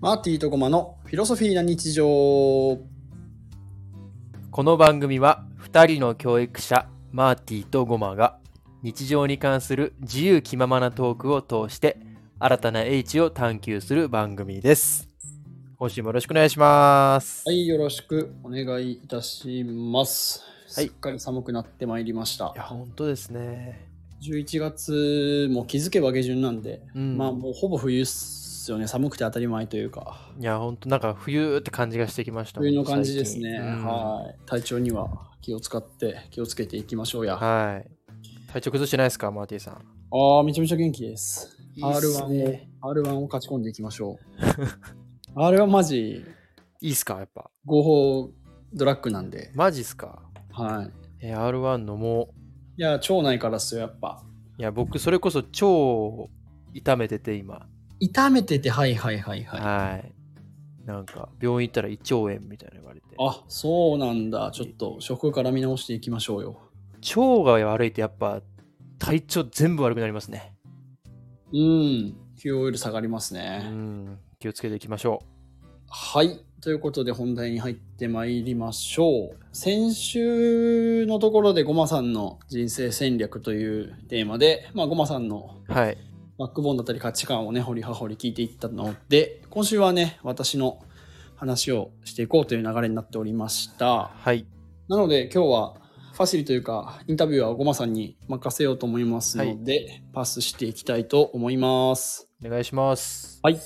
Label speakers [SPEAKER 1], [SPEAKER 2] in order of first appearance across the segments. [SPEAKER 1] マーティーとゴマのフィロソフィーな日常。
[SPEAKER 2] この番組は2人の教育者マーティとゴマが日常に関する自由気ままなトークを通して新たな H を探求する番組です。今週もよろしくお願いします。
[SPEAKER 1] はい、よろしくお願いいたします。
[SPEAKER 2] は
[SPEAKER 1] す
[SPEAKER 2] い
[SPEAKER 1] っかり寒くなってまいりました
[SPEAKER 2] い。や、本当ですね。
[SPEAKER 1] 11月も気づけば下旬なんで、
[SPEAKER 2] うん
[SPEAKER 1] まあもうほぼ冬っすよね。寒くて当たり前というか、
[SPEAKER 2] いや、本当なんか冬って感じがしてきました。
[SPEAKER 1] 冬の感じですね。
[SPEAKER 2] うん
[SPEAKER 1] はい。体調には気を使って、気をつけていきましょうや。
[SPEAKER 2] はい。体調崩してないですか、マーティさん。
[SPEAKER 1] ああ、めちゃめちゃ元気です。
[SPEAKER 2] いいっす
[SPEAKER 1] R1
[SPEAKER 2] ね
[SPEAKER 1] を、R1 を勝ち込んでいきましょう。R1 マジ、
[SPEAKER 2] いいっすか、やっぱ。
[SPEAKER 1] 合法ドラッグなんで。
[SPEAKER 2] マジっすか。
[SPEAKER 1] はい。
[SPEAKER 2] えー R1 のもう、
[SPEAKER 1] いや、腸内からっすよ、やっぱ。
[SPEAKER 2] いや、僕、それこそ腸を痛めてて、今。
[SPEAKER 1] 痛めてて、はいはいはいはい。
[SPEAKER 2] はい。なんか、病院行ったら胃腸炎みたいなの言われて。
[SPEAKER 1] あ、そうなんだ。ちょっと、食から見直していきましょうよ。
[SPEAKER 2] 腸が悪いとやっぱ体調全部悪くなりますね。
[SPEAKER 1] うん。QOL 下がります
[SPEAKER 2] う
[SPEAKER 1] ね。
[SPEAKER 2] ん。気をつけていきましょ
[SPEAKER 1] はい。ということで、本題に入ってまいりましょう。先週のところで、ごまさんの人生戦略というテーマで、まあ、ごまさんの
[SPEAKER 2] う。はい。
[SPEAKER 1] バックボーンだったり価値観をね、掘り葉掘り聞いていったので、今週はね、私の話をしていこうという流れになっておりました。
[SPEAKER 2] はい。
[SPEAKER 1] なので今日はファシリというかインタビューはごまさんに任せようと思いますので、パスしていきたいと思います。
[SPEAKER 2] お願いします。
[SPEAKER 1] はい。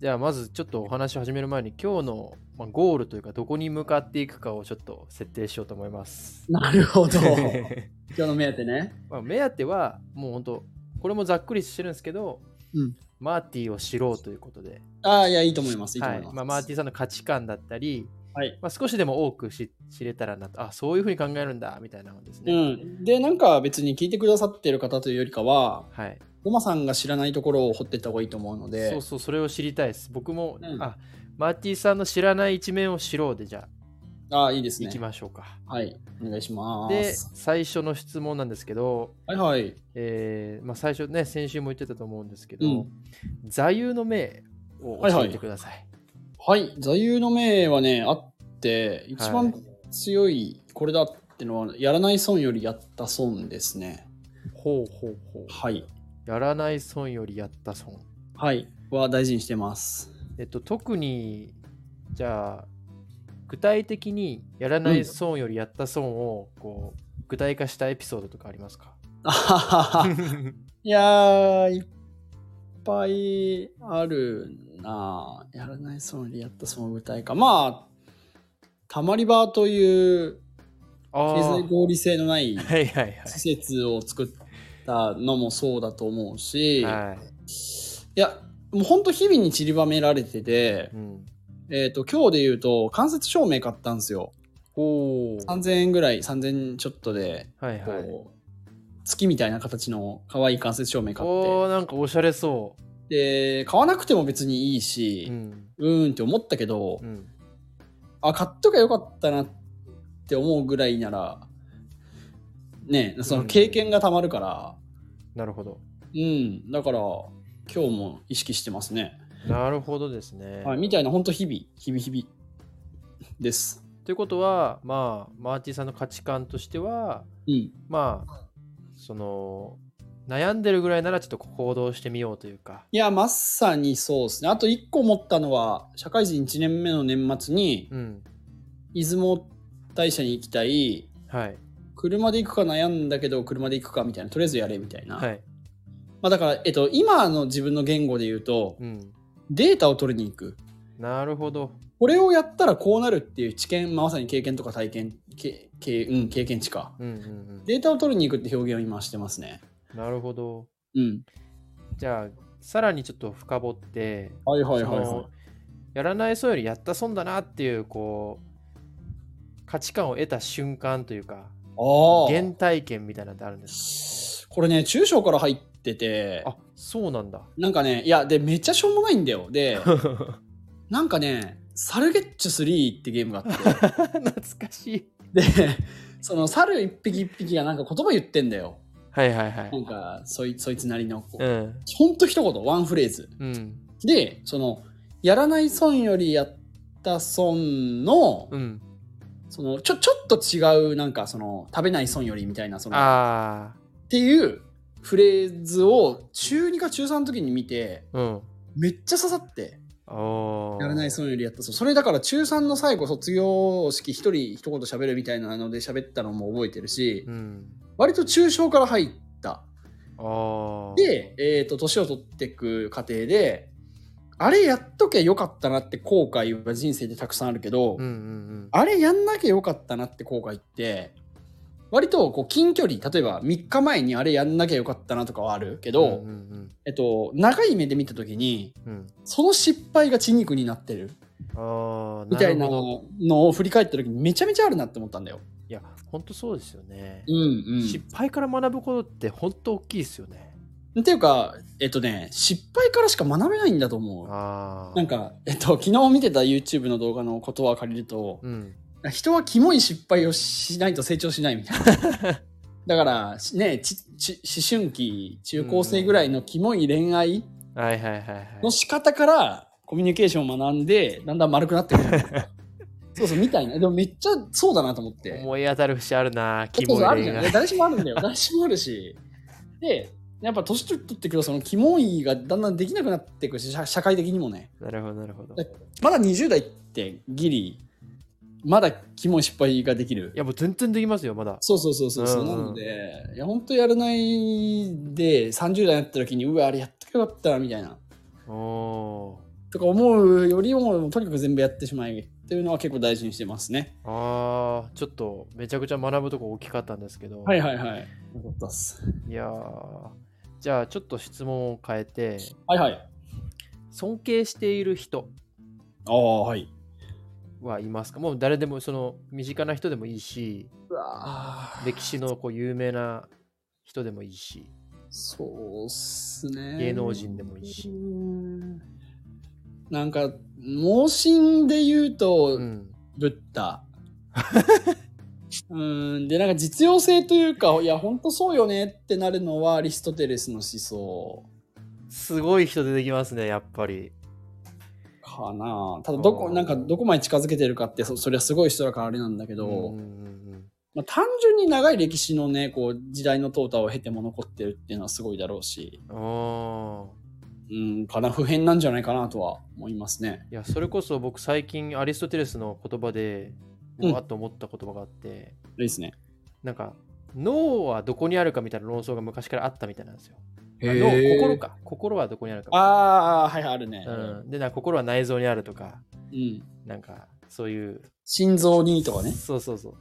[SPEAKER 2] じゃあまずちょっとお話を始める前に今日のまあゴールというかどこに向かっていくかをちょっと設定しようと思います。
[SPEAKER 1] なるほ ど。今日の目当てね。
[SPEAKER 2] まあ目当てはもう本当これもざっくりしてるんですけど、
[SPEAKER 1] うん
[SPEAKER 2] マーティを知ろうということで、
[SPEAKER 1] ああ、いや、いいと思います。いいと
[SPEAKER 2] は
[SPEAKER 1] 思い
[SPEAKER 2] い
[SPEAKER 1] ます。
[SPEAKER 2] まあ、マーティさんの価値観だったり、
[SPEAKER 1] はい
[SPEAKER 2] まあ、少しでも多く知知れたらなとあそういうふうに考えるんだみたいなのですね。
[SPEAKER 1] うん、でなんか別に聞いてくださってる方というよりかは
[SPEAKER 2] はい、
[SPEAKER 1] ごまさんが知らないところを掘っていった方がいいと思うので
[SPEAKER 2] そうそう、それを知りたいです。僕も、
[SPEAKER 1] うん
[SPEAKER 2] あ、マーティさんの知らない一面を知ろうで、じゃあ、
[SPEAKER 1] ああいいです
[SPEAKER 2] 行
[SPEAKER 1] ね
[SPEAKER 2] きましょうか。
[SPEAKER 1] はいお願いしま
[SPEAKER 2] で、
[SPEAKER 1] す
[SPEAKER 2] 最初の質問なんですけど、
[SPEAKER 1] はいはい
[SPEAKER 2] えーまあ、最初ね、先週も言ってたと思うんですけど、
[SPEAKER 1] うん
[SPEAKER 2] 座右の銘を
[SPEAKER 1] はいは
[SPEAKER 2] 教
[SPEAKER 1] い
[SPEAKER 2] えてください。
[SPEAKER 1] はい座右の銘はねあって一
[SPEAKER 2] は
[SPEAKER 1] 番
[SPEAKER 2] い
[SPEAKER 1] 強いこれだってのはやらない損よりやった損ですね
[SPEAKER 2] ほうほうほう。
[SPEAKER 1] はい
[SPEAKER 2] やらない損よりやった損。
[SPEAKER 1] はい、は大事にしてます。
[SPEAKER 2] えっと、特に、じゃあ、具体的にやらない損よりやった損を、こう、具体化したエピソードとかありますか
[SPEAKER 1] あは ははいやー、いっぱいあるなあやらないそうにやったその具体化。まあ、たまり場という
[SPEAKER 2] あ
[SPEAKER 1] 経済
[SPEAKER 2] ー
[SPEAKER 1] 合理性のない
[SPEAKER 2] はいはいはい。
[SPEAKER 1] 施設を作ったのもそうだと思うし、、
[SPEAKER 2] はい
[SPEAKER 1] や、もう本当日々に散りばめられてて
[SPEAKER 2] い。う、ん。
[SPEAKER 1] えっ、と、今日で言うと、間接照明買ったんですよ。
[SPEAKER 2] おお。
[SPEAKER 1] 3000円ぐらい、3000ちょっとで
[SPEAKER 2] はい
[SPEAKER 1] こう、
[SPEAKER 2] はい。
[SPEAKER 1] 月みたいな形の可愛い関節照明買
[SPEAKER 2] お
[SPEAKER 1] っ
[SPEAKER 2] お、なんかおしゃれそ。
[SPEAKER 1] てで買わなくても別にいいうし、
[SPEAKER 2] ん。
[SPEAKER 1] うーんって思ったけど、
[SPEAKER 2] うん。
[SPEAKER 1] あ買っときゃよかったなって思うぐらいならねその経験がたまるから
[SPEAKER 2] なるほど。
[SPEAKER 1] うん、だから今日も意識してますね、
[SPEAKER 2] なるほどですね。
[SPEAKER 1] はい、みたいな本当日々日々日々です
[SPEAKER 2] ということは、まあ、マーティさんの価値観としては、
[SPEAKER 1] うん
[SPEAKER 2] まあ、その、悩んでるぐらいならちょっと行動してみようというか。
[SPEAKER 1] いやまさにそうですねあと1個思ったのは社会人1年目の年末に
[SPEAKER 2] うん。
[SPEAKER 1] 出雲大社に行きたい
[SPEAKER 2] はい。
[SPEAKER 1] 車で行くか悩んだけど車で行くかみたいなとりあえずやれみたいな、
[SPEAKER 2] はい。
[SPEAKER 1] まあ、だから、えっと、今の自分の言語で言うと
[SPEAKER 2] うん。
[SPEAKER 1] データを取りに行く
[SPEAKER 2] なるほど。
[SPEAKER 1] これをやったらこうなるっていう知見、まあまさに経験とか体験けけ、うん、経験値か
[SPEAKER 2] うんうん
[SPEAKER 1] データを取りに行くって表現を今してますね
[SPEAKER 2] うん。なるほど。
[SPEAKER 1] うん
[SPEAKER 2] じゃあ、さらにちょっと深掘って、
[SPEAKER 1] はいはい
[SPEAKER 2] そ
[SPEAKER 1] はい
[SPEAKER 2] のやらないそうよりやった損だなっていうこう価値観を得た瞬間というか
[SPEAKER 1] はいあ
[SPEAKER 2] 原体験みたいなのってあるんです
[SPEAKER 1] あこれね中小から入ってて
[SPEAKER 2] かあそうなん だ
[SPEAKER 1] なんかねいやでめっちゃしょうもないんだよ で
[SPEAKER 2] 懐
[SPEAKER 1] なんかねサルゲッチュ3ってゲームがあって
[SPEAKER 2] かしい
[SPEAKER 1] でその猿一匹一匹がなんか言葉言ってんだよ
[SPEAKER 2] はいはいは
[SPEAKER 1] ないんかそいそいつなりのこう
[SPEAKER 2] うん
[SPEAKER 1] ほんと一言ワンフレーズ
[SPEAKER 2] うん
[SPEAKER 1] でそのやらない損よりやった損の、
[SPEAKER 2] うん。
[SPEAKER 1] そのちょちょっと違うなんかその食べない損よりみたいなそのっ
[SPEAKER 2] あ
[SPEAKER 1] ていうフレーズを中2か中3の時に見て
[SPEAKER 2] あ。うん。
[SPEAKER 1] めっちゃ刺さって
[SPEAKER 2] おー
[SPEAKER 1] やらない損よりやった損それだから中3の最後卒業式一人一言喋るみたいなので喋ったのも覚えてるし
[SPEAKER 2] うん。
[SPEAKER 1] 割と抽象から入った
[SPEAKER 2] ああ。
[SPEAKER 1] で、えー、と年を取っていく過程であれやっときゃよかったなって後悔は人生でたくさんあるけど、
[SPEAKER 2] うんうん
[SPEAKER 1] あれやんなきゃよかったなって後悔って割とこう近距離例えば3日前にあれやんなきゃよかったなとかはあるけ
[SPEAKER 2] うん。
[SPEAKER 1] ど、
[SPEAKER 2] うんうん
[SPEAKER 1] えっと、長い目で見た時に
[SPEAKER 2] うんうん。
[SPEAKER 1] その失敗が血肉になってる
[SPEAKER 2] ああ。
[SPEAKER 1] みたいな
[SPEAKER 2] るほど
[SPEAKER 1] のを振り返った時にめちゃめちゃあるなって思ったんだよ。
[SPEAKER 2] いや、本当そうですよね
[SPEAKER 1] う。ん
[SPEAKER 2] 失敗から学ぶことって本当大きいですよね。
[SPEAKER 1] うん、っていうか、えっとね、失敗からしか学べないんだと思う。
[SPEAKER 2] ああ。
[SPEAKER 1] なんか、えっと、昨日見てた YouTube の動画のことは借りると、
[SPEAKER 2] うん。
[SPEAKER 1] 人はキモい失敗をしないと成長しないみたいな。 だから、しね、ちち思春期、中高生ぐらいのキモい恋愛
[SPEAKER 2] はいはいはいはい。
[SPEAKER 1] の仕方からコミュニケーションを学んで、だんだん丸くなってく る。そうそう、みたいな。でもめっちゃそうだなと思って。
[SPEAKER 2] 思い当たる節あるな。
[SPEAKER 1] そう
[SPEAKER 2] キ
[SPEAKER 1] そ
[SPEAKER 2] モ
[SPEAKER 1] う
[SPEAKER 2] い
[SPEAKER 1] あるじゃ
[SPEAKER 2] 恋
[SPEAKER 1] ん。いや
[SPEAKER 2] 愛。
[SPEAKER 1] 誰しもあるんだよ。誰しもあるし。で、やっぱ年取ってくると、そのキモいがだんだんできなくなってくるし、社社会的にもね。
[SPEAKER 2] なるほどなるほど。
[SPEAKER 1] だ
[SPEAKER 2] い
[SPEAKER 1] まだ20代ってギリ、まだキモい失敗ができる。
[SPEAKER 2] やもう全然できますよまだ。
[SPEAKER 1] そうそうそうそうそう、
[SPEAKER 2] うんうん
[SPEAKER 1] なので、いや、本当やらないで、30代になった時に、うわ、あれやっとけばよかったな、みたいな。
[SPEAKER 2] おお
[SPEAKER 1] とか思うよりも、とにかく全部やってしまえっていうのは結構大事にしてますね。
[SPEAKER 2] ー。ああ。ちょっとめちゃくちゃ学ぶとこ大きかったんですけど。
[SPEAKER 1] はいはいはい。よかったっす。
[SPEAKER 2] いやーじゃあちょっと質問を変えて
[SPEAKER 1] はいはい。
[SPEAKER 2] 尊敬している人
[SPEAKER 1] ああ、はい。
[SPEAKER 2] はいますかもう誰でもその身近な人でもいいし
[SPEAKER 1] うわー
[SPEAKER 2] 歴史のこう有名な人でもいいし
[SPEAKER 1] そうっすね。
[SPEAKER 2] 芸能人でもいいし
[SPEAKER 1] うんなんか、盲信で言うと、
[SPEAKER 2] うん
[SPEAKER 1] ブッ ダ。うんでなんか実用性というかいや本当そうよねってなるのはアリストテレスの思想
[SPEAKER 2] すごい人出てきますねやっぱり
[SPEAKER 1] かなただどこ
[SPEAKER 2] あー
[SPEAKER 1] なんかどこまで近づけてるかってそそれはすごい人だからあれなんだけど、
[SPEAKER 2] うんうん
[SPEAKER 1] まあ、単純に長い歴史のねこう時代の淘汰を経ても残ってるっていうのはすごいだろうし
[SPEAKER 2] うんあ
[SPEAKER 1] うんかな普遍なんじゃないかなとは思いますね。
[SPEAKER 2] ーいやそれこそ僕最近アリストテレスの言葉で
[SPEAKER 1] うん
[SPEAKER 2] わっと思った言葉があって、
[SPEAKER 1] いいですね。
[SPEAKER 2] なんか脳はどこにあるかみたいな論争が昔からあったみたいなんですよ。あ
[SPEAKER 1] へー
[SPEAKER 2] 脳心か心はどこにあるかみたいな
[SPEAKER 1] ああはいはいあるね。
[SPEAKER 2] うん、でなんか心は内臓にあるとか
[SPEAKER 1] うん
[SPEAKER 2] なんかそういう
[SPEAKER 1] 心臓にとかね。
[SPEAKER 2] そうそうそう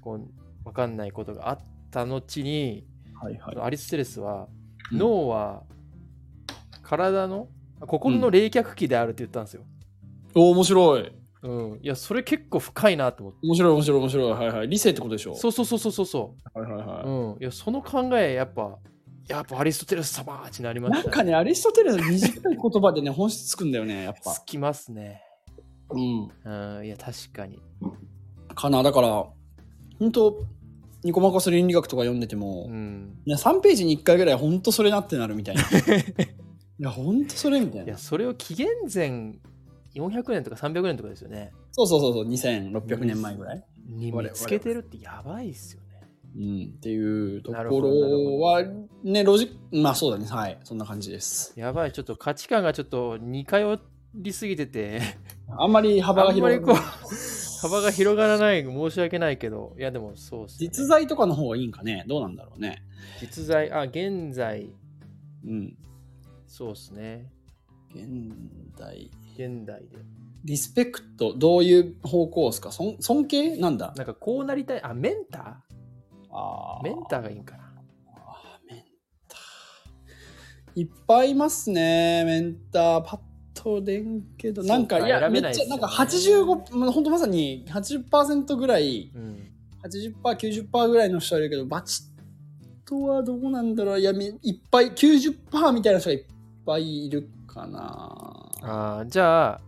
[SPEAKER 2] こう分かんないことがあった後に、
[SPEAKER 1] はいはい。
[SPEAKER 2] アリステレスは、
[SPEAKER 1] うん
[SPEAKER 2] 脳は体のあ心の冷却器であるって言ったんですよ、
[SPEAKER 1] お面白い。
[SPEAKER 2] うんいやそれ結構深いなと思って
[SPEAKER 1] 面白い面白い面白いはいはい理性ってことでしょ
[SPEAKER 2] そうそうそうそうそうそ、
[SPEAKER 1] はいはいうは
[SPEAKER 2] うん、いやその考えやっぱやっぱアリストテレス様ってなり
[SPEAKER 1] い、
[SPEAKER 2] ま
[SPEAKER 1] な
[SPEAKER 2] し
[SPEAKER 1] んか
[SPEAKER 2] たね
[SPEAKER 1] ねアリストテレスの短い言葉でね本質つくんだよねやっぱ
[SPEAKER 2] つきますね
[SPEAKER 1] うん
[SPEAKER 2] うんいや確かに、
[SPEAKER 1] かなだから本当ニコマコス倫理学とか読んでても、
[SPEAKER 2] うん、
[SPEAKER 1] いや3ページに1回ぐらい本当それなってなるみたいな いや本当それみたい
[SPEAKER 2] い
[SPEAKER 1] な
[SPEAKER 2] やそれを紀元前400年とか300年とかですよね
[SPEAKER 1] そうそうそうそう2600年前ぐらい、
[SPEAKER 2] に
[SPEAKER 1] 我々
[SPEAKER 2] 見つけてるってやばいっすよね。
[SPEAKER 1] うん、っていうとこ
[SPEAKER 2] なるほどなる
[SPEAKER 1] ろはねロジックまあそうだねはいそんな感じです
[SPEAKER 2] やばい、ちょっと価値観がちょっと似通りすぎてて、
[SPEAKER 1] あんまり幅が
[SPEAKER 2] あんま
[SPEAKER 1] 広
[SPEAKER 2] り
[SPEAKER 1] が
[SPEAKER 2] こう
[SPEAKER 1] る、
[SPEAKER 2] 幅が広がらない、申し訳ないけど、いやでもそうっす、ね。
[SPEAKER 1] 実在とかの方がいいんかねどうなんだろうね
[SPEAKER 2] 実在、あ、現在、
[SPEAKER 1] うん
[SPEAKER 2] そうっすね。
[SPEAKER 1] 現代
[SPEAKER 2] 現代で。
[SPEAKER 1] リスペクトどういう方向ですか尊尊敬なんだ
[SPEAKER 2] なんかこうなりたい、あ、メンタ
[SPEAKER 1] あ
[SPEAKER 2] ー
[SPEAKER 1] ー
[SPEAKER 2] メンターがいいんかな。
[SPEAKER 1] あーメンターいっぱいいますねメンターパッとでんけど
[SPEAKER 2] そうか
[SPEAKER 1] なんかいや
[SPEAKER 2] 選
[SPEAKER 1] め
[SPEAKER 2] べない
[SPEAKER 1] っ
[SPEAKER 2] っす
[SPEAKER 1] ちゃ
[SPEAKER 2] よね
[SPEAKER 1] なんか85もうほんとまさに80%ぐらい
[SPEAKER 2] うん。
[SPEAKER 1] 80%90% ぐらいの人はいるけどバチッとはどうなんだろういやみいっぱい90%みたいな人がいっぱいいるかな
[SPEAKER 2] あーじゃあ、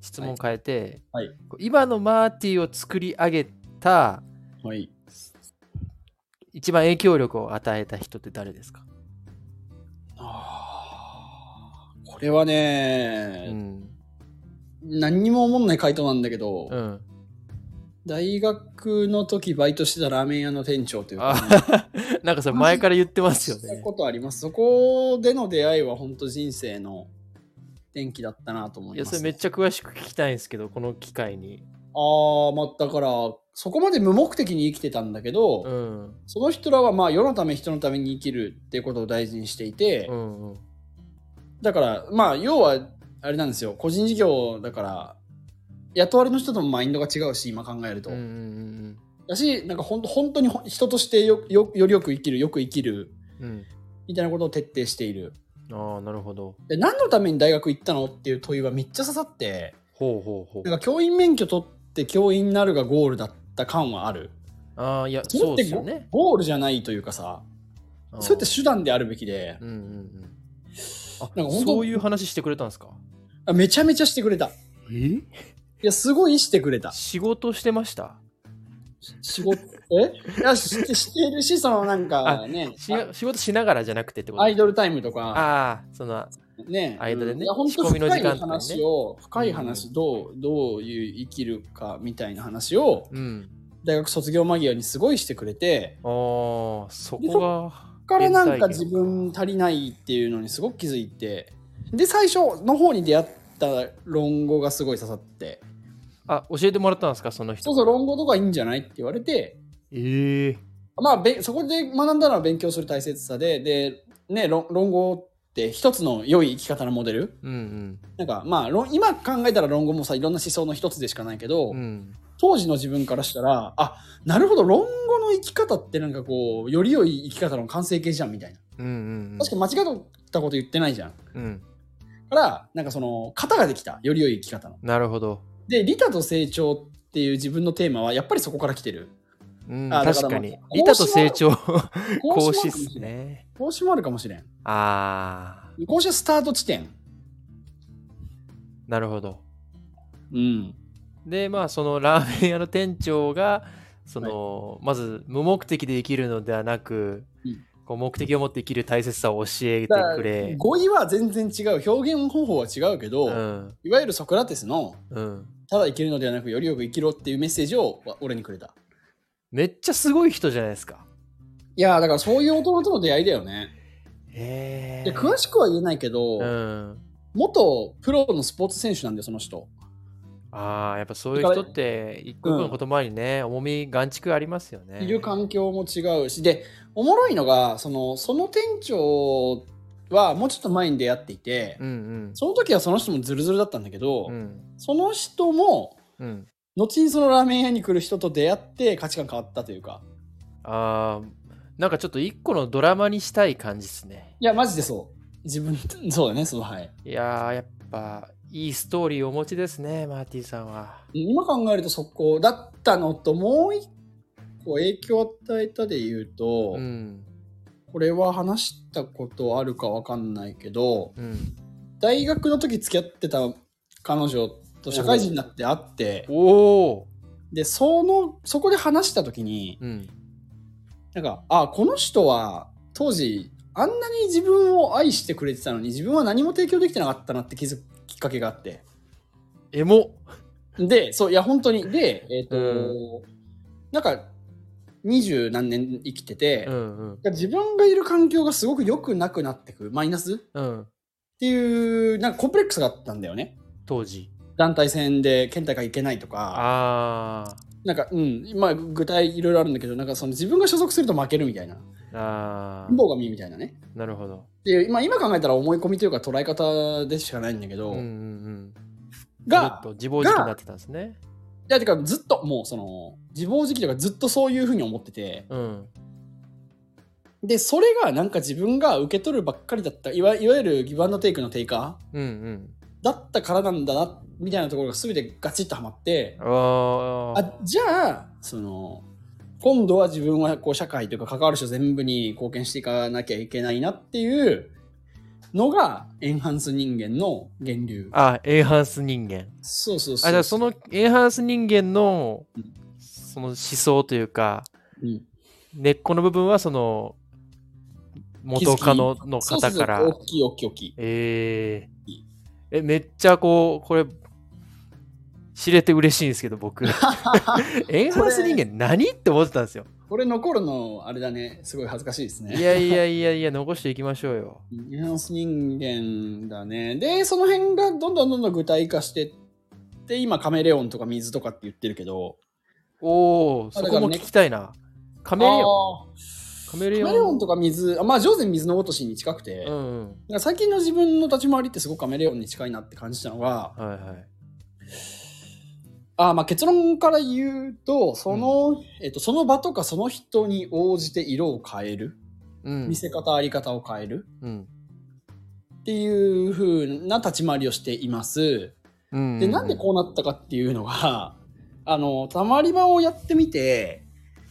[SPEAKER 2] 質問変えて、
[SPEAKER 1] はいはい
[SPEAKER 2] 今のマーティを作り上げた、
[SPEAKER 1] はい
[SPEAKER 2] 一番影響力を与えた人って誰ですか、
[SPEAKER 1] あーこれはね、
[SPEAKER 2] うん。
[SPEAKER 1] 何にも思んない回答なんだけど、
[SPEAKER 2] うん。
[SPEAKER 1] 大学の時バイトしてたラーメン屋の店長というか、
[SPEAKER 2] あ なんかそれ前から言ってますよ
[SPEAKER 1] そういう
[SPEAKER 2] ね。
[SPEAKER 1] ことあります。そこでの出会いは本当人生の転機だったなと思
[SPEAKER 2] い
[SPEAKER 1] いま
[SPEAKER 2] や、それ
[SPEAKER 1] す、
[SPEAKER 2] めっちゃ詳しく聞きたいんですけど、この機会に。
[SPEAKER 1] ああ、まあ、だから、そこまで無目的に生きてたんだけど、
[SPEAKER 2] うん。
[SPEAKER 1] その人らはまあ世のため人のために生きるっていうことを大事にしていて、
[SPEAKER 2] うんうん。
[SPEAKER 1] だからまあ要はあれなんですよ個人事業だから雇われの人ともマインドが違うし今考えると、
[SPEAKER 2] うんうんうん
[SPEAKER 1] だしなんかほんと本当にほ人としてよよよりよく生きるよく生きる
[SPEAKER 2] うん。
[SPEAKER 1] みたいなことを徹底している
[SPEAKER 2] うん。ああ、なるほど。
[SPEAKER 1] で何のために大学行ったのっていう問いはめっちゃ刺さって
[SPEAKER 2] ほうほうほ
[SPEAKER 1] なんか
[SPEAKER 2] う。
[SPEAKER 1] 教員免許取って教員になるがゴールだった感はある
[SPEAKER 2] ああ、いや、
[SPEAKER 1] それ
[SPEAKER 2] そ
[SPEAKER 1] っ
[SPEAKER 2] う
[SPEAKER 1] て
[SPEAKER 2] ですよね。
[SPEAKER 1] ゴールじゃないというかさ
[SPEAKER 2] うん
[SPEAKER 1] それって手段であるべきで
[SPEAKER 2] うんうんうん。あ
[SPEAKER 1] なんか本当
[SPEAKER 2] そういう話してくれたんですか
[SPEAKER 1] あめちゃめちゃしてくれたい
[SPEAKER 2] え
[SPEAKER 1] やすごいしてくれた
[SPEAKER 2] 仕事してました
[SPEAKER 1] 仕事、 えいやししてるし、そのなんかね、
[SPEAKER 2] し仕事しながらじゃなくてってこと
[SPEAKER 1] アイドルタイムとか、
[SPEAKER 2] ああ、その、
[SPEAKER 1] ね、
[SPEAKER 2] アイドルね
[SPEAKER 1] いや本当
[SPEAKER 2] 仕込みの
[SPEAKER 1] 深
[SPEAKER 2] 時
[SPEAKER 1] い
[SPEAKER 2] 間とかね
[SPEAKER 1] 話を、深い話、どう、どういう生きるかみたいな話を、
[SPEAKER 2] うん。
[SPEAKER 1] 大学卒業間際にすごいしてくれて、
[SPEAKER 2] ああ、そこが。
[SPEAKER 1] そっからなんか自分足りないっていうのにすごく気づいて、で、最初の方に出会った論語がすごい刺さって、
[SPEAKER 2] あ、教えてもらったんですか、その人。
[SPEAKER 1] そうそう、論語とかいいんじゃないって言われて、
[SPEAKER 2] ええ
[SPEAKER 1] まあ、べそこで学んだのは勉強する大切さで、で、ね、論論語って一つの良い生き方のモデル。
[SPEAKER 2] うん
[SPEAKER 1] なんか、まあ、論今考えたら論語もさ、いろんな思想の一つでしかないけど、
[SPEAKER 2] うん。うん。
[SPEAKER 1] 当時の自分からしたら、あ、なるほど、論語の生き方ってなんかこう、より良い生き方の完成形じゃん、みたいな。
[SPEAKER 2] うんうんうん。
[SPEAKER 1] 確かに間違ったこと言ってないじゃん。
[SPEAKER 2] うん。
[SPEAKER 1] から、なんかその、型ができた、より良い生き方の。
[SPEAKER 2] なるほど。
[SPEAKER 1] で、利他と成長っていう自分のテーマは、やっぱりそこから来て る。
[SPEAKER 2] うん、
[SPEAKER 1] あだから
[SPEAKER 2] 確かに
[SPEAKER 1] まあ。
[SPEAKER 2] 板と成長、
[SPEAKER 1] 孔 子
[SPEAKER 2] 講師
[SPEAKER 1] もある
[SPEAKER 2] っ
[SPEAKER 1] かも
[SPEAKER 2] す
[SPEAKER 1] しれん。
[SPEAKER 2] ね。
[SPEAKER 1] 孔子もあるかもしれん。
[SPEAKER 2] ああ、
[SPEAKER 1] 孔子はスタート地点。
[SPEAKER 2] なるほど。
[SPEAKER 1] うん。
[SPEAKER 2] で、まあ、そのラーメン屋の店長が、その、まず無目的で生きるのではなく、
[SPEAKER 1] うん
[SPEAKER 2] こう目的を持って生きる大切さを教えて
[SPEAKER 1] だから
[SPEAKER 2] くれ。
[SPEAKER 1] 語彙は全然違う表現方法は違うけど、
[SPEAKER 2] うん。
[SPEAKER 1] いわゆるソクラテスの
[SPEAKER 2] うん。
[SPEAKER 1] ただ生きるのではなくよりよく生きろっていうメッセージをわ俺にくれた
[SPEAKER 2] めっちゃすごい人じゃないですか。
[SPEAKER 1] いやーだからそういう大人との出会いだよね
[SPEAKER 2] へ
[SPEAKER 1] で
[SPEAKER 2] え。
[SPEAKER 1] 詳しくは言えないけど、
[SPEAKER 2] うん。
[SPEAKER 1] 元プロのスポーツ選手なんだよその人
[SPEAKER 2] ああ、やっぱそういう人って、一個一個の言葉にね、重み、眼蓄ありますよね。
[SPEAKER 1] いる環境も違うしでおもろいのがそのその店長はもうちょっと前に出会っていて、
[SPEAKER 2] うん
[SPEAKER 1] その時はその人もズルズルだったんだけど、
[SPEAKER 2] うん。うん。
[SPEAKER 1] その人も
[SPEAKER 2] うん。
[SPEAKER 1] 後にそのラーメン屋に来る人と出会って価値観変わったというか
[SPEAKER 2] ああ、なんかちょっと一個のドラマにしたい感じですね。
[SPEAKER 1] いや、マジでそう。自分、 そうだね、その、はい。
[SPEAKER 2] いやー、やっぱ、いいストーリーをお持ちですね、マーティさんは。
[SPEAKER 1] 今考えるとそこだったのと、もう一個影響を与えたで言うと、
[SPEAKER 2] うん。
[SPEAKER 1] これは話したことあるかわかんないけど、
[SPEAKER 2] うん。
[SPEAKER 1] 大学の時付き合ってた彼女と社会人になって会って、
[SPEAKER 2] おお。
[SPEAKER 1] で、その、そこで話した時に、
[SPEAKER 2] うん。
[SPEAKER 1] なんか、あ、この人は当時、あんなに自分を愛してくれてたのに、自分は何も提供できてなかったなって気づくきっかけがあって。
[SPEAKER 2] エモ。
[SPEAKER 1] で、そう、いや、本当に。で、えっ、と、
[SPEAKER 2] う
[SPEAKER 1] なんか、二十何年生きてて、
[SPEAKER 2] うんうん。
[SPEAKER 1] 自分がいる環境がすごく良くなくなってく、マイナスっ
[SPEAKER 2] うん。
[SPEAKER 1] ていう、なんかコンプレックスがあったんだよね。
[SPEAKER 2] 当時。
[SPEAKER 1] 団体戦で県大会行けないとか、
[SPEAKER 2] あ
[SPEAKER 1] なんか、うん、まあ、具体いろいろあるんだけど、なんかその自分が所属すると負けるみたいな、
[SPEAKER 2] あ。ああ
[SPEAKER 1] 貧。乏神みたいなね。
[SPEAKER 2] なるほど。
[SPEAKER 1] で、今、今考えたら思い込みというか捉え方でしかないんだけ
[SPEAKER 2] う
[SPEAKER 1] ど、
[SPEAKER 2] んうんうん。ずっ
[SPEAKER 1] が、
[SPEAKER 2] と自暴自棄になってたんですね。
[SPEAKER 1] いや、てかずっと、もうその、自暴自棄とかずっとそういうふうに思ってて、
[SPEAKER 2] うん。
[SPEAKER 1] でそれがなんか自分が受け取るばっかりだったいわいわゆるギブアンドテイクのテイカ
[SPEAKER 2] うんうん。
[SPEAKER 1] ーだったからなんだなみたいなところが全てガチッとはまって
[SPEAKER 2] ああ。
[SPEAKER 1] あじゃあその今度は自分はこう社会というか関わる人全部に貢献していかなきゃいけないなっていうのがエンハンス人間の源流
[SPEAKER 2] あ、エンハンス人間。
[SPEAKER 1] そうそうそう
[SPEAKER 2] あ、じゃあそのエンハンス人間の
[SPEAKER 1] うん、
[SPEAKER 2] その思想というか、
[SPEAKER 1] うん
[SPEAKER 2] 根っこの部分はその元カノの
[SPEAKER 1] そうそう
[SPEAKER 2] 方
[SPEAKER 1] そう
[SPEAKER 2] から
[SPEAKER 1] 大きい大きい大きい
[SPEAKER 2] えーえめっちゃこうこれ知れて嬉しいんですけ ど、僕。 エンハンス人間何って思ってたんですよ。
[SPEAKER 1] これ残るの、あれだね、すごい恥ず かしいです
[SPEAKER 2] い
[SPEAKER 1] ね。
[SPEAKER 2] やいやいやいや、残していきましょうよ。
[SPEAKER 1] ニュアンス人間だね。で、その辺がどんどんどんどん具体化してって、今カメレオンとか水とかって言ってるけど、
[SPEAKER 2] おお、そこも聞きたいな。カメレオン。
[SPEAKER 1] あー
[SPEAKER 2] カメレ
[SPEAKER 1] カ
[SPEAKER 2] オ
[SPEAKER 1] メ
[SPEAKER 2] ン。
[SPEAKER 1] レオンとか水、あまあ、上善水の落としに近くて、
[SPEAKER 2] う
[SPEAKER 1] だか
[SPEAKER 2] んうん。
[SPEAKER 1] ら最近の自分の立ち回りってすごくカメレオンに近いなって感じたのが、
[SPEAKER 2] はいはい。
[SPEAKER 1] あーまあ結論から言うと、その、えっと、その場とかその人に応じて色を変える、
[SPEAKER 2] うん
[SPEAKER 1] 見。せ方、あり方を変える
[SPEAKER 2] うん。
[SPEAKER 1] っていう風な立ち回りをしています。
[SPEAKER 2] うん。
[SPEAKER 1] で、なんでこうなったかっていうのが、 あの、たまり場をやってみて、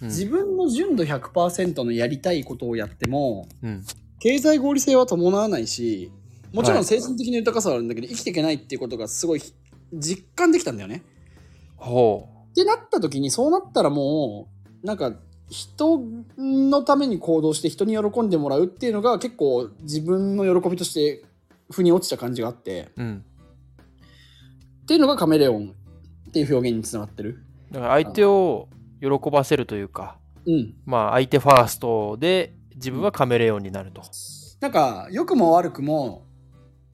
[SPEAKER 2] うん、
[SPEAKER 1] 自分の純度100%のやりたいことをやっても、
[SPEAKER 2] うん。
[SPEAKER 1] 経済合理性は伴わないし、もちろ
[SPEAKER 2] は
[SPEAKER 1] ん
[SPEAKER 2] い
[SPEAKER 1] 精神的な豊かさはあるんだけど、生きていけないっていうことがすごい実感できたんだよね。
[SPEAKER 2] ほ
[SPEAKER 1] ってなった時に、そうなったらもう、なんか、人のために行動して人に喜んでもらうっていうのが結構自分の喜びとして腑に落ちた感じがあって、
[SPEAKER 2] う。うん。
[SPEAKER 1] っていうのがカメレオンっていう表現につながってる。
[SPEAKER 2] だから相手を喜ばせるというか、
[SPEAKER 1] うん。
[SPEAKER 2] まあ相手ファーストで自分はカメレオンになると。
[SPEAKER 1] なんか良くも悪くも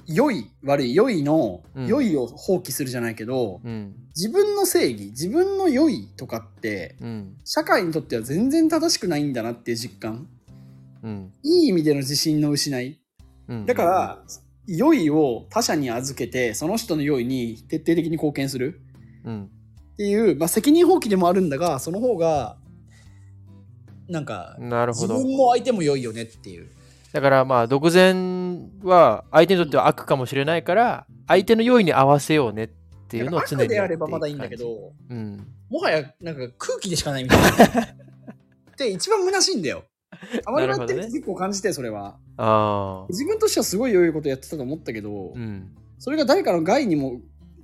[SPEAKER 1] 良い悪い良いの、
[SPEAKER 2] うん
[SPEAKER 1] 良いを放棄するじゃないけど
[SPEAKER 2] うん。
[SPEAKER 1] 自分の正義自分の良いとかって
[SPEAKER 2] うん。
[SPEAKER 1] 社会にとっては全然正しくないんだなっていう実感
[SPEAKER 2] うん。
[SPEAKER 1] いい意味での自信の失い
[SPEAKER 2] うん。
[SPEAKER 1] だから、良いを他者に預けてその人の良いに徹底的に貢献する
[SPEAKER 2] うん。
[SPEAKER 1] っていう、まあ、責任放棄でもあるんだがその方がなんか
[SPEAKER 2] うん。なるほ
[SPEAKER 1] 自
[SPEAKER 2] ど。
[SPEAKER 1] 分も相手も良いよねっていう。
[SPEAKER 2] だからまあ独善は相手にとっては悪かもしれないから相手の用意に合わせようねっていうのを常に
[SPEAKER 1] で
[SPEAKER 2] や
[SPEAKER 1] あ
[SPEAKER 2] って
[SPEAKER 1] れ
[SPEAKER 2] いく
[SPEAKER 1] ばま
[SPEAKER 2] 感
[SPEAKER 1] だい
[SPEAKER 2] じ
[SPEAKER 1] いんだけど。
[SPEAKER 2] うん
[SPEAKER 1] もはやなんか空気でしかないみたいな。 で一番虚しいんだよ。あまりやってる
[SPEAKER 2] なるほど
[SPEAKER 1] と
[SPEAKER 2] ね
[SPEAKER 1] 結構感じてそれは。
[SPEAKER 2] ああ
[SPEAKER 1] 自分としてはすごい良いことやってたと思ったけど、
[SPEAKER 2] うん
[SPEAKER 1] それが誰かの害にも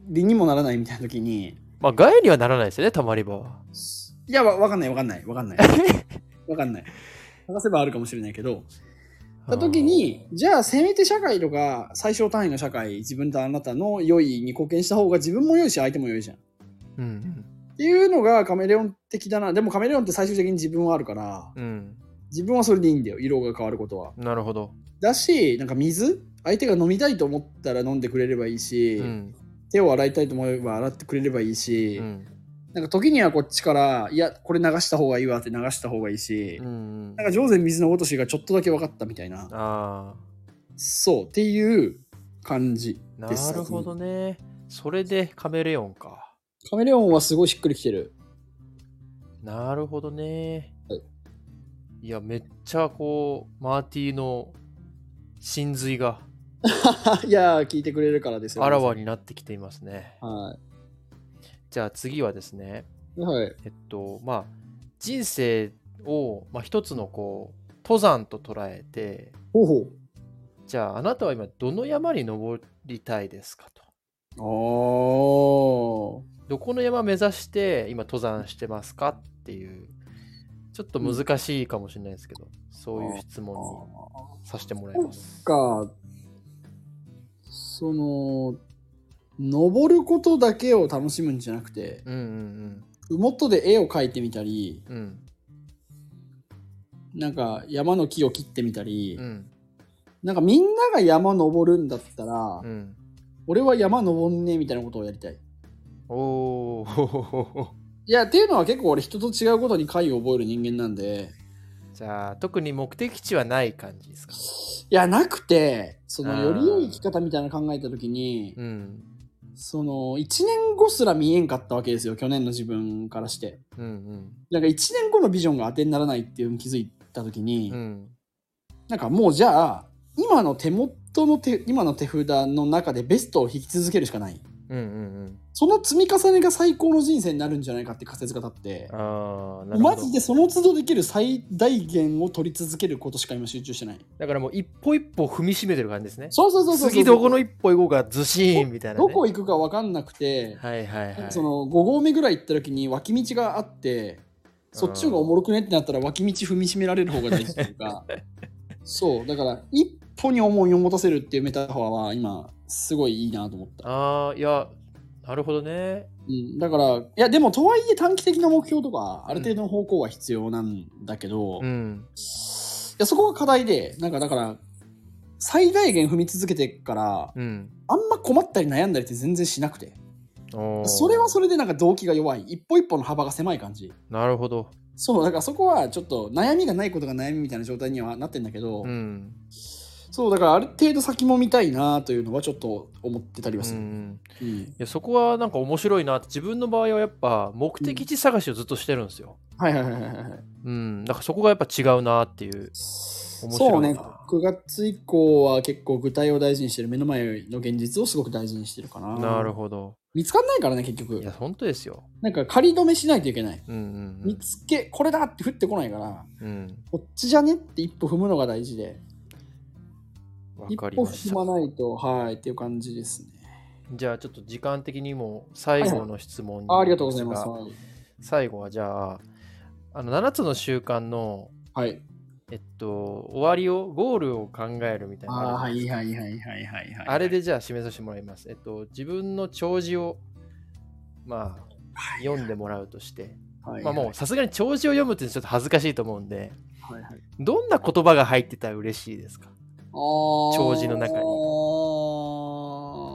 [SPEAKER 1] 理にもならないみたいな時に、
[SPEAKER 2] まあ害にはならないですよねたまり場はい
[SPEAKER 1] やわわかんないわかんないわかんない わかんない。探せばあるかもしれないけど、た時にじゃあせめて社会とか最小単位の社会自分とあなたの良いに貢献した方が自分も良いし相手も良いじゃん。
[SPEAKER 2] うん
[SPEAKER 1] っていうのがカメレオン的だな。でもカメレオンって最終的に自分はあるから。
[SPEAKER 2] うん
[SPEAKER 1] 自分はそれでいいんだよ色が変わることは
[SPEAKER 2] なるほど
[SPEAKER 1] だしなんか水相手が飲みたいと思ったら飲んでくれればいいし、
[SPEAKER 2] うん
[SPEAKER 1] 手を洗いたいと思えば洗ってくれればいいし、
[SPEAKER 2] うん
[SPEAKER 1] なんか時にはこっちからいやこれ流した方がいいわって流した方がいいし、
[SPEAKER 2] うん
[SPEAKER 1] なんか上善水の落としがちょっとだけ分かったみたいな
[SPEAKER 2] あ
[SPEAKER 1] そうっていう感じ
[SPEAKER 2] あな
[SPEAKER 1] です
[SPEAKER 2] るほどねそれでカメレオンか
[SPEAKER 1] カメレオンはすごいしっくりきてる
[SPEAKER 2] なるほどね
[SPEAKER 1] はい
[SPEAKER 2] いやめっちゃこうマーティの真髄が
[SPEAKER 1] いやー聞いてくれるからですよ
[SPEAKER 2] あらわになってきていますね
[SPEAKER 1] は
[SPEAKER 2] じゃあ次はですね、
[SPEAKER 1] いはい
[SPEAKER 2] えっと、まあ、人生を、まあ、一つのこう、登山と捉えて、
[SPEAKER 1] ほうほう
[SPEAKER 2] じゃああなたは今どの山に登りたいですかと。
[SPEAKER 1] あー
[SPEAKER 2] どこの山目指して今登山してますかっていう、ちょっと難しいかもしれないですけど、そういう質
[SPEAKER 1] あ
[SPEAKER 2] 問
[SPEAKER 1] ー
[SPEAKER 2] にさせてもらいます。
[SPEAKER 1] か、その、登ることだけを楽しむんじゃなくて、
[SPEAKER 2] うんうん
[SPEAKER 1] 麓で絵を描いてみたり、
[SPEAKER 2] うん。うん
[SPEAKER 1] なんか山の木を切ってみたり、
[SPEAKER 2] うん
[SPEAKER 1] なんかみんなが山登るんだったら、
[SPEAKER 2] うん。
[SPEAKER 1] 俺は山登んねえみたいなことをやりたい。
[SPEAKER 2] おー
[SPEAKER 1] いや、っていうのは結構俺人と違うことに解を覚える人間なんで、
[SPEAKER 2] じゃあ特に目的地はない感じですか、
[SPEAKER 1] いや、なくて、その
[SPEAKER 2] あー
[SPEAKER 1] より良い生き方みたいなの考えた時に、
[SPEAKER 2] うん
[SPEAKER 1] その1年後すら見えんかったわけですよ、去年の自分からして。
[SPEAKER 2] うんうん
[SPEAKER 1] なんか1年後のビジョンが当てにならないっていうのに気づいた時に、
[SPEAKER 2] うん
[SPEAKER 1] なんかもうじゃあ今の手元の手今の手札の中でベストを引き続けるしかない
[SPEAKER 2] うんうん
[SPEAKER 1] その積み重ねが最高の人生になるんじゃないかって仮説が立って
[SPEAKER 2] うんああなるほ
[SPEAKER 1] マ
[SPEAKER 2] ど
[SPEAKER 1] ジでその都度できる最大限を取り続けることしか今集中してない
[SPEAKER 2] だからもう一歩一歩踏みしめてる感じですね
[SPEAKER 1] そうそうそうそう
[SPEAKER 2] 次どこの一歩行こうかずしーんみたいな、ね、
[SPEAKER 1] どこ行くか分かんなくて、
[SPEAKER 2] はいはいはい
[SPEAKER 1] その5合目ぐらい行った時に脇道があってそっちの方がおもろくねってなったら脇道踏みしめられる方が大事という かそうだから一歩に思いを持たせるっていうメタファーは今すごいいいなと思った
[SPEAKER 2] ああいやなるほどね。
[SPEAKER 1] うん、だから、いや、でもとはいえ短期的な目標とか、ある程度の方向は必要なんだけど、
[SPEAKER 2] う
[SPEAKER 1] い
[SPEAKER 2] ん。
[SPEAKER 1] や、そこが課題で、なんかだから、最大限踏み続けてから、
[SPEAKER 2] うん。
[SPEAKER 1] あんま困ったり悩んだりって全然しなくて、
[SPEAKER 2] おー
[SPEAKER 1] それはそれでなんか動機が弱い、一歩一歩の幅が狭い感じ。
[SPEAKER 2] なるほど。
[SPEAKER 1] そう、だからそこはちょっと悩みがないことが悩みみたいな状態にはなってんだけど、
[SPEAKER 2] うん。
[SPEAKER 1] そう、だからある程度先も見たいなというのはちょっと思ってたり
[SPEAKER 2] う
[SPEAKER 1] はする。
[SPEAKER 2] ん、
[SPEAKER 1] うん
[SPEAKER 2] いやそこはなんか面白いなって自分の場合はやっぱ目的地探しをずっとしてるんですよ。
[SPEAKER 1] はいはいはいはいはい。
[SPEAKER 2] うん、だからそこがやっぱ違うなっていう。面白い
[SPEAKER 1] そうね、9月以降は結構具体を大事にしてる、目の前の現実をすごく大事にしてるかな。
[SPEAKER 2] なるほど。
[SPEAKER 1] 見つかんないからね、結
[SPEAKER 2] い
[SPEAKER 1] 局
[SPEAKER 2] や、。本当ですよ。
[SPEAKER 1] なんか仮止めしないといけない。
[SPEAKER 2] うんうん
[SPEAKER 1] 見つけ、これだって降ってこないから、
[SPEAKER 2] うん。うん。
[SPEAKER 1] こっちじゃねって一歩踏むのが大事で、
[SPEAKER 2] わ
[SPEAKER 1] 一
[SPEAKER 2] かり
[SPEAKER 1] 歩
[SPEAKER 2] ま
[SPEAKER 1] 踏
[SPEAKER 2] した。
[SPEAKER 1] まないと、はい、っていう感じですね。
[SPEAKER 2] じゃあちょっと時間的にも最後の質問に
[SPEAKER 1] あありがとうございます。
[SPEAKER 2] が
[SPEAKER 1] はい
[SPEAKER 2] 最後はじゃあ、あの7つの習慣の、
[SPEAKER 1] はい。
[SPEAKER 2] えっと、終わりを、ゴールを考えるみたい
[SPEAKER 1] ああ、
[SPEAKER 2] な。あ
[SPEAKER 1] は
[SPEAKER 2] るじ
[SPEAKER 1] い
[SPEAKER 2] ゃない
[SPEAKER 1] は
[SPEAKER 2] ですか
[SPEAKER 1] いはいはいはいはい。
[SPEAKER 2] あれでじゃあ締めさせてもらいます。えっと、自分の長寿を、まあ、読んでもらうとして、
[SPEAKER 1] はい、
[SPEAKER 2] まあもうさすがに長寿を読むってちょっと恥ずかしいと思うんで、
[SPEAKER 1] はいはい、
[SPEAKER 2] どんな言葉が入ってたら嬉しいですか
[SPEAKER 1] 長
[SPEAKER 2] 字の中に
[SPEAKER 1] に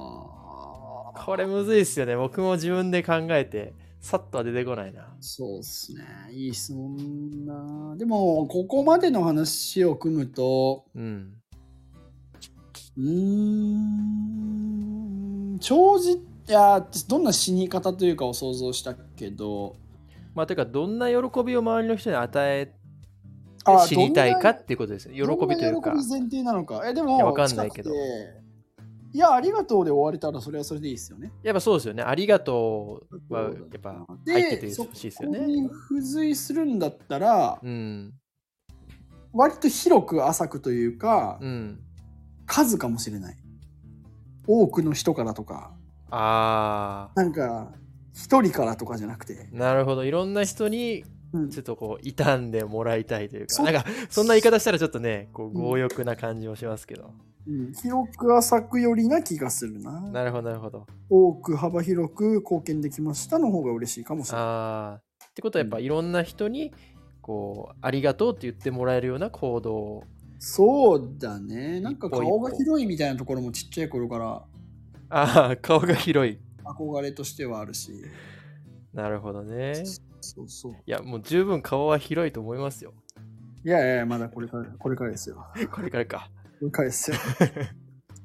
[SPEAKER 2] これむずいっすよね。僕も自分で考えて、さっとは出てこないな。
[SPEAKER 1] そうですね。いい質問だな。でも、ここまでの話を組むと、
[SPEAKER 2] うん。
[SPEAKER 1] うーん、長寿、いや、どんな死に方というかを想像したけど、
[SPEAKER 2] まあ、てか、どんな喜びを周りの人に与えて
[SPEAKER 1] あ
[SPEAKER 2] 死にたいかってていうことですね。喜びというか
[SPEAKER 1] どんな。喜び前提なのか。え、で
[SPEAKER 2] いや
[SPEAKER 1] も、
[SPEAKER 2] わかんないけど
[SPEAKER 1] 近くていや、ありがとうで終われたら、それはそれでいいですよね。
[SPEAKER 2] やっぱそうですよね。ありがとうは、やっぱ入ってて
[SPEAKER 1] で
[SPEAKER 2] ほしいですよね
[SPEAKER 1] そこ。に付随するんだったら、
[SPEAKER 2] うん。
[SPEAKER 1] 割と広く浅くというか、
[SPEAKER 2] うん。
[SPEAKER 1] 数かもしれない多くの人からとか
[SPEAKER 2] あ
[SPEAKER 1] なんか一人からとかじゃなくて
[SPEAKER 2] ー、なるほど。いろんな人に、
[SPEAKER 1] うん
[SPEAKER 2] ちょっとこう、傷んでもらいたいというか、
[SPEAKER 1] そう
[SPEAKER 2] なんか、そんな言い方したらちょっとね、こう、強欲な感じもしますけど。
[SPEAKER 1] うん広く浅くよりな気がするな
[SPEAKER 2] なるほど、なるほど。
[SPEAKER 1] 多く幅広く貢献できましたの方が嬉しいかもしれない
[SPEAKER 2] あーってことはやっぱいろんな人にこうありがとうって言ってもらえるような行動を
[SPEAKER 1] そうだねなんか
[SPEAKER 2] 一歩一歩
[SPEAKER 1] 顔が広いみたいなところもちっちゃい頃から
[SPEAKER 2] ああ顔が広い
[SPEAKER 1] 憧れとしてはあるし
[SPEAKER 2] なるほどね
[SPEAKER 1] そうそう
[SPEAKER 2] いやもう十分顔は広いと思いますよ
[SPEAKER 1] いやいやいやまだこれからこれからですよこ
[SPEAKER 2] これからか
[SPEAKER 1] れからです よ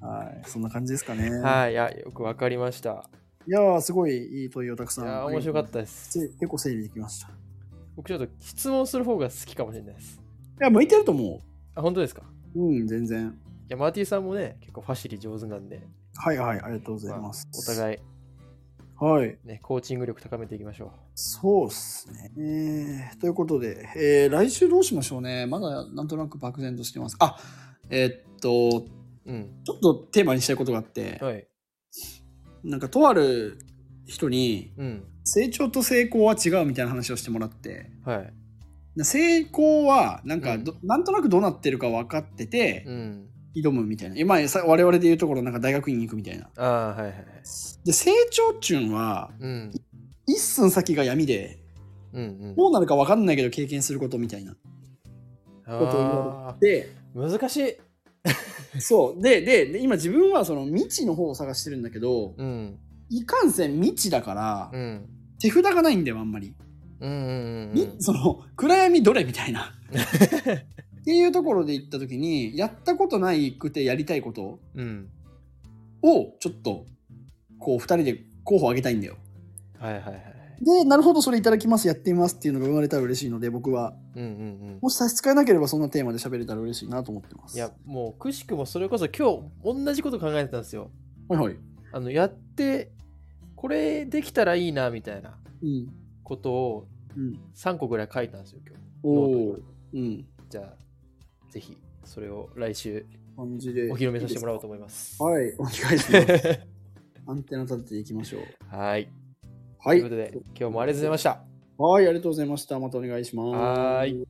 [SPEAKER 1] はいそんな感じですかね
[SPEAKER 2] はいいやよくわかりました
[SPEAKER 1] いやーすごいいい問いをたく
[SPEAKER 2] い
[SPEAKER 1] さん
[SPEAKER 2] や面白かったで
[SPEAKER 1] せ
[SPEAKER 2] す
[SPEAKER 1] 結構整理できましたい
[SPEAKER 2] 僕ちょっと質問する方が好きかもしれないです
[SPEAKER 1] や向いてると思う
[SPEAKER 2] あ本当ですか
[SPEAKER 1] うん、全然。
[SPEAKER 2] いやマーティさんもね結構ファシリ上手なんで、
[SPEAKER 1] はいはい、ありがとうござ
[SPEAKER 2] ま
[SPEAKER 1] い
[SPEAKER 2] あ
[SPEAKER 1] ま
[SPEAKER 2] お
[SPEAKER 1] す。
[SPEAKER 2] 互い
[SPEAKER 1] い。はい。
[SPEAKER 2] ねコーチング力高めていきましょ
[SPEAKER 1] そうっすね。えーということで、えー来週どうしましょうね。まだなんとなく漠然としてます。あ、えーっと、
[SPEAKER 2] ううん
[SPEAKER 1] ちょっとテーマにしたいことがあって、
[SPEAKER 2] はい
[SPEAKER 1] なんかとある人に、
[SPEAKER 2] うん
[SPEAKER 1] 成長と成功は違うみたいな話をしてもらって、
[SPEAKER 2] はい
[SPEAKER 1] な成功はなんか
[SPEAKER 2] うん
[SPEAKER 1] ど、なんとなくどうなってるか分かってて、
[SPEAKER 2] うん
[SPEAKER 1] 挑むみたいな。今、さ我々で言うところ、なんか大学院に行くみたいな。
[SPEAKER 2] ああはいはいはい
[SPEAKER 1] で、成長っていうのは、
[SPEAKER 2] うん
[SPEAKER 1] 一寸先が闇で、
[SPEAKER 2] うんうん
[SPEAKER 1] どうなるか分かんないけど経験することみたいな。ことを言
[SPEAKER 2] あ
[SPEAKER 1] で、
[SPEAKER 2] ー難しい
[SPEAKER 1] そう。で、で、で今自分はその未知の方を探してるんだけど、
[SPEAKER 2] うん
[SPEAKER 1] いかんせん未知だから、
[SPEAKER 2] うん
[SPEAKER 1] 手札がないんだよ、あんまり。
[SPEAKER 2] うんうんうん
[SPEAKER 1] みその、暗闇どれみたい な。っていうところで言った時に、やったことないくてやりたいこと
[SPEAKER 2] うん
[SPEAKER 1] を、ちょっと、こう、二人で候補を上げたいんだよ。
[SPEAKER 2] はいはいはい
[SPEAKER 1] で、なるほど、それいただきます、やってみますっていうのが生まれたら嬉しいので、僕は、
[SPEAKER 2] うんうんうん
[SPEAKER 1] もし差し支えなければそんなテーマで喋れたら嬉しいなと思ってます。
[SPEAKER 2] いや、もうくしくもそれこそ今日同じこと考えてたんですよ
[SPEAKER 1] はいはい。
[SPEAKER 2] あのやってこれできたらいいなみたいな
[SPEAKER 1] うん。
[SPEAKER 2] ことを
[SPEAKER 1] うん。
[SPEAKER 2] 3個ぐらい書いたんですよ今
[SPEAKER 1] お
[SPEAKER 2] ノー
[SPEAKER 1] お
[SPEAKER 2] ト。
[SPEAKER 1] うん。
[SPEAKER 2] 日じゃあぜひそれを来週
[SPEAKER 1] 感じで。
[SPEAKER 2] お披露目させてもらおうと思います
[SPEAKER 1] はい、お願いし ます。アンテナ立てていきましょう。
[SPEAKER 2] はい
[SPEAKER 1] は
[SPEAKER 2] とい
[SPEAKER 1] いう
[SPEAKER 2] こ。とで今日もありがとうございました
[SPEAKER 1] はい、ありがとうございました。またお願いします。
[SPEAKER 2] はーい